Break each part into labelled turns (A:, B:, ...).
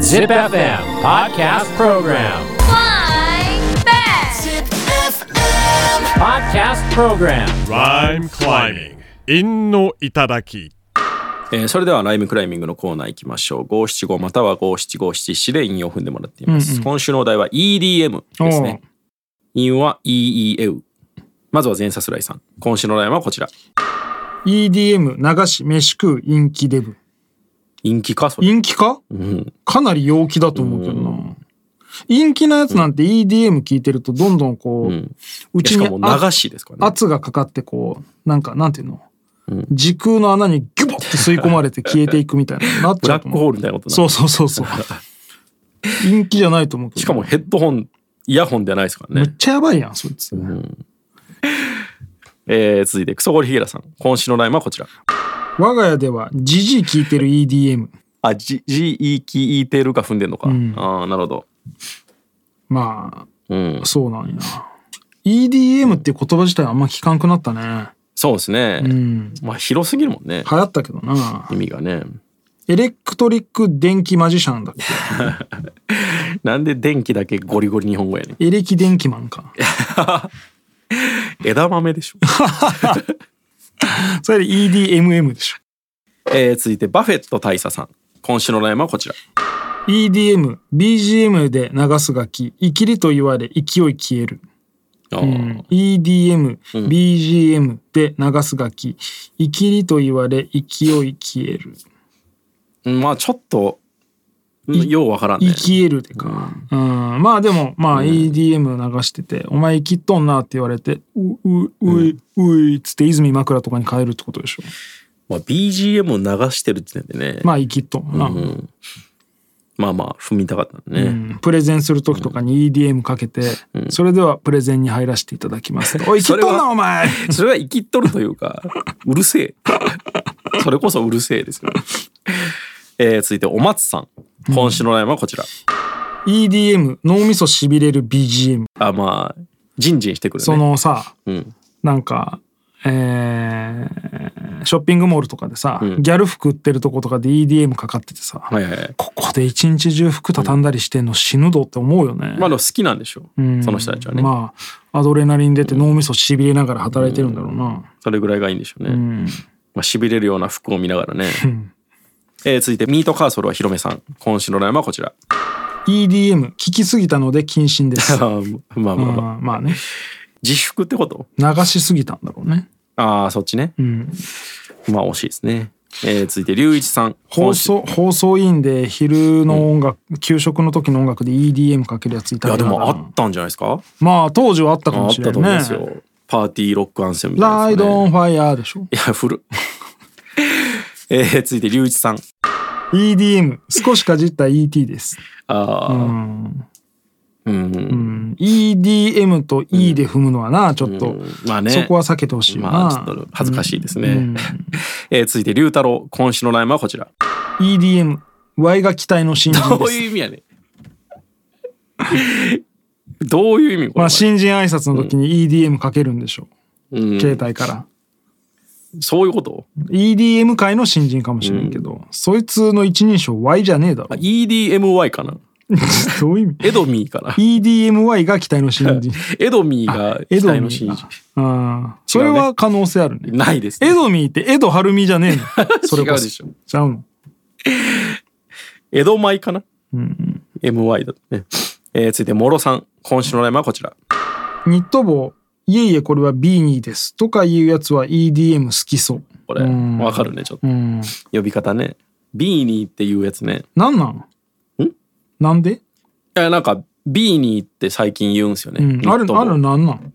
A: Zip FM Podcast Program.
B: Flying back.
A: Podcast Program.
C: Rhyme climbing. 陰の頂き。
D: えーそれではライムクライミングのコーナー行きましょう五七五または五七五七七で韻を踏んでもらっています、今週のお題は EDM ですね韻は EEL まずは前さすらいさん今週のお題はこちら
E: EDM 流し飯食う陰気デブ
D: 陰気かそれ
E: 陰気か、かなり陽気だと思うけどな陰気なやつなんて EDM 聞いてるとどんどんこう、うち
D: し
E: に
D: かも
E: あ
D: 流しですからね
E: 圧がかかってこうなんかなんていうの、時空の穴にギュボッて吸い込まれて消えていくみたいななっ
D: ブ
E: ちゃ
D: ラ
E: うと
D: ック
E: 思う
D: ホールみたいなことにな
E: そう
D: る
E: そうそうそう陰気じゃないと思うけど
D: しかもヘッドホンイヤホンではないですから
E: め
D: ね
E: っ、ちゃやばいやんそいつ、
D: えー続いてクソゴリヒゲラさん今週のお題はこちら
E: 我が家ではじじい聞いてる EDM
D: あ G E K E テールが踏んでんのか、ああなるほど
E: ま
D: うん
E: あそうなんやな EDM っていう言葉自体あんま聞かんくなったね
D: そうですね、
E: うん
D: まあ広すぎるもんね、
E: 流行ったけどな
D: 意味がね
E: エレクトリック電気マジシャンだっ
D: なんで電気だけゴリゴリ日本語やねん
E: けエレキ電気マンか
D: 枝豆で しょ、
E: それで EDMM でしょ
D: えー続いてバフェット大佐さん今週のラインはこちら
E: EDM BGM で流す楽器イキリと言われ勢い消える、
D: あー
E: うん、EDM、BGM で流す楽器イキリと言われ勢い消える
D: うんまあちょっとうんようわからんね
E: 生きえるでか、うんまあでもまあ EDM 流してて「お前生きっとんな」って言われて「ううういうい」っつって泉枕とかに変えるってことでしょ
D: まあ、BGM を流してる時点でね、ま
E: まあ生きっとんな、
D: あまあ踏みたかったね、
E: うんプレゼンする時とかに EDM かけて、それではプレゼンに入らせていただきます とおい生きっと
D: そ
E: ん
D: れ
E: な
D: は
E: お前
D: それは生きっとるというか うる せえそれこそうるせえですよ、えー続いてお松さん今週のラインはこちら、
E: EDM 脳みそしびれる BGM
D: あまあジンジンしてくるね
E: そのさ、
D: ん
E: なんかえーショッピングモールとかでさ、
D: ん
E: ギャル服売ってるとことかで EDM かかっててさ、
D: はいはいはい
E: ここで一日中服畳んだりしてんの死ぬぞって思うよね。
D: まあでも好きなんでしょう、
E: うん
D: その人たちはね、
E: まあアドレナリン出て脳みそしびれながら働いてるんだろうな。
D: それぐらいがいいんでしょうね、
E: うん。
D: まあ、痺れるような服を見ながらね、 えー続いてミートカーソルはひろめさん今週のラインはこちら
E: EDM 聞きすぎたので謹慎 です。
D: あ
E: あ
D: ーまあまあまあ
E: ーまあね
D: 自粛ってこと
E: 流しすぎたんだろうね。
D: ああそっちね、
E: ん
D: まあ惜しいですね、えー続いて龍一さん
E: 放送放送委員で昼の音楽、給食の時の音楽で EDM かけるやついた
D: 今週いやで
E: けどな
D: もあったんじゃないですか
E: まあ当時はあったか
D: ああ
E: も
D: っ
E: しれ
D: たと
E: な
D: 思いま
E: い
D: す
E: ね。
D: よパーティーロックアンセムみたいな
E: ラ
D: や
E: イ
D: つね
E: ドオンファイヤーでしょ
D: い。や古っ えー続いて龍一さん
E: EDM 少しかじった ET です。
D: ああうん、
E: うん、EDM と E で踏むのはな、ちょっと、
D: まあね
E: そこは避けてほしいよな、
D: まあちょっと恥ずかしいですね、 えー続いて龍太郎今週のラインはこちら
E: EDM Y が期待の新人
D: ど
E: で
D: う
E: す
D: いう意味やねん どういう意味これ、
E: まあ新人挨拶の時に EDM かけるんでしょう、
D: うん
E: 携帯から
D: そういうこと
E: EDM 界の新人かもしれんけど、そいつの一人称 Y じゃねえだ ろ
D: ?EDMY かな
E: どういう意
D: エドミーかな
E: 味 ?EDMY が期待の新 人
D: エドミーが
E: エ
D: 期
E: ド
D: 待
E: ミ
D: の真
E: ー
D: 実
E: かああそれは可能性あるね
D: ないです、
E: エ
D: ね。
E: ドミーってエドハルミじゃねえの それこそ
D: 違うでしょ
E: ちゃうの
D: エドマイかな、?MY だとね。えー、続いて、モロさん。今週のラインはこちら。
E: ニット帽いえいえこれは B2 ですとかいうやつは EDM 好きそう
D: これ、
E: ん
D: わかるね、ちょっと。
E: うん
D: 呼び方ね。ビーニーっていうやつね。
E: なんなん
D: ん
E: なんで、
D: いや、なんか、ビーニーって最近言うんですよね。
E: うん、あ
D: ニッ
E: る
D: トも
E: あるなんなん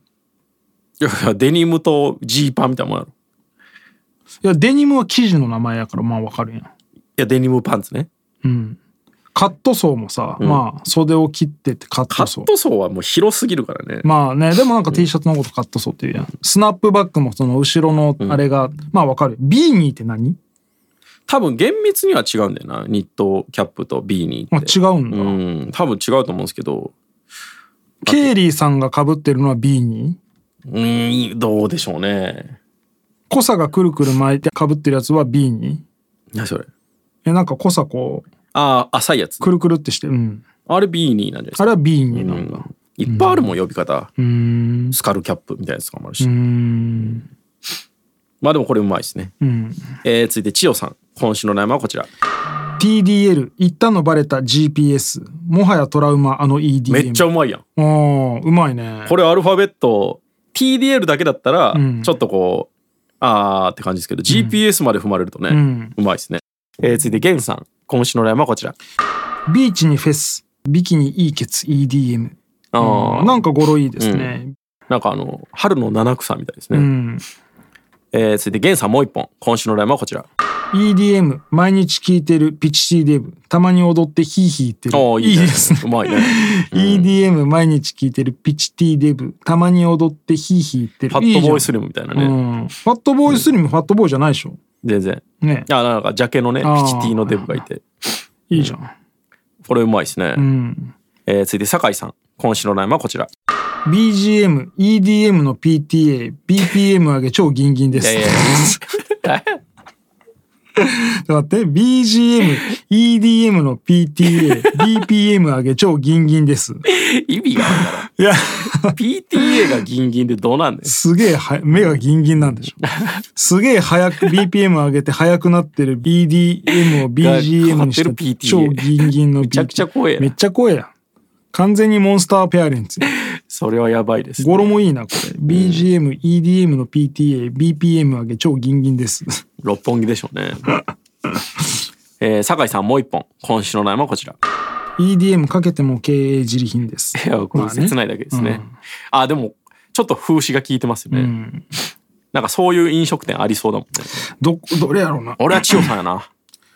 D: いやいや、デニムとジーパンみたいなもんやろ。
E: いやデニムは生地の名前やからまあわかるやん、
D: いや、デニムパンツね。
E: うん、カットソーもさ、まあ袖を切ってってカッ
D: カ
E: トソ
D: ッ
E: ー
D: トソーはもう広すぎるからね。
E: まあねでもなんか T シャツのことカットソーっていうやん、スナップバックもその後ろのあれが、まあわかる B2 って何
D: 多分厳密には違うんだよな。ニットキャップとビーニー
E: あ
D: って。
E: 違うんだ、
D: うん、多分違うと思うんですけど、
E: ケイリーさんが被ってるのは B2
D: うーん、どうでしょうね。
E: コサがくるくる巻いて被ってるやつは B2
D: 何それ
E: えなんか濃さこう
D: ああ、浅いやつ。
E: くるくるってしてうん
D: あれビーニーなんじゃないです
E: あ
D: か。
E: れは B にな
D: うん
E: だ
D: んいっぱいあるもん、呼び方。
E: うーん
D: スカルキャップみたいなやつとかもあるし。
E: うーん
D: まあでもこれうまいですね。
E: うん
D: えー、続いて、千代さん。今週の悩みはこちら。
E: PDL 言ったのバレた GPS もはやトラウマあの EDM
D: めっちゃうまいやん。
E: あーうまいね
D: これアルファベット、TDL だけだったら
E: うん、
D: ちょっとこう、あーって感じですけど、GPS まで踏まれるとね、う
E: うん
D: まいですね。えー、続いて、ゲンさん。今週の悩みはこちら。
E: ビーチにフェスビキニいいケツ EDM
D: あー
E: なんか語呂いいですね
D: なんかあの、春の七草みたいです
E: う
D: ね。
E: ん
D: えー、続いて、ゲンさんもう一本。今週のライマはこちら。
E: EDM 毎日聴いてるピチティデブたまに踊ってヒーヒー言ってる
D: おーいい,、
E: いいですね
D: うまいね。
E: EDM 毎日聴いてるピチティデブたまに踊ってヒーヒー言ってる
D: ファットボーイス
E: リ
D: リムみたいな
E: ム、
D: ね。
E: うん、ファットボーイスリムファットボーイじゃないでしょ
D: 全然。
E: ね
D: あなんかジャケのねピ
E: あー
D: チティのデブがいて
E: いいじゃん
D: これうまいですね、
E: うん
D: えー、続いて酒井さん今週のラインはこちら
E: BGM EDM の PTA BPM 上げ超ギンギンです
D: いやいや
E: ちょ っと待って BGM EDM の PTA BPM 上げ超ギンギンです
D: 意味があるか
E: いや
D: ら PTA がギンギンでどうなんだよ
E: すげえは目がギンギンなんでしょ。すげえ早く BPM 上げて速くなってる BDM を BGM にし
D: が変わってる
E: て
D: PTA
E: 超ギンギンの BT
D: めちゃくちゃ怖えな
E: めっちゃ怖えやん。完全にモンスターペアレンツや。
D: それはやばいです、
E: 語呂もいいなこれ。BGM、EDM の PTA、BPM 上げ超ギンギンです。
D: 六本木でしょう ねえー、酒井さんもう一本今週のラインはこちら
E: EDM かけても経営自利品です。
D: いやこれ切ないだけですね,、あでもちょっと風刺が効いてますよね、
E: うん
D: なんかそういう飲食店ありそうだもんね
E: どどれやろうな。
D: 俺は千代さん やな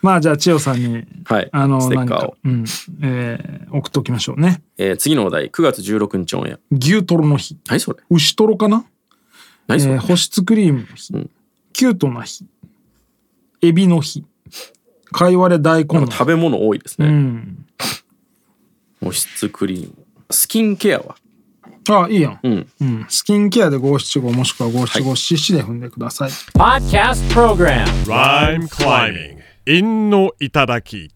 E: まあじゃあ千代さんに。
D: はい
E: あの
D: ステッ
E: 何
D: カー
E: か
D: を、
E: うんえー送っておきましょうね
D: えー、次のお題9月16日オンエア
E: 牛トロの日
D: 何それ
E: 牛トロかな
D: 何それ、
E: えー保湿クリームの日、
D: うん
E: キュートな日エビの日かいわれ大根の日
D: 食べ物多いですね、
E: うん
D: 保湿クリームスキンケアは
E: あいいやん、
D: うん
E: うんスキンケアで五七五もしくは五七五七七で踏んでください
A: Podcast Program.
C: Rhyme climbing. 韻の頂き。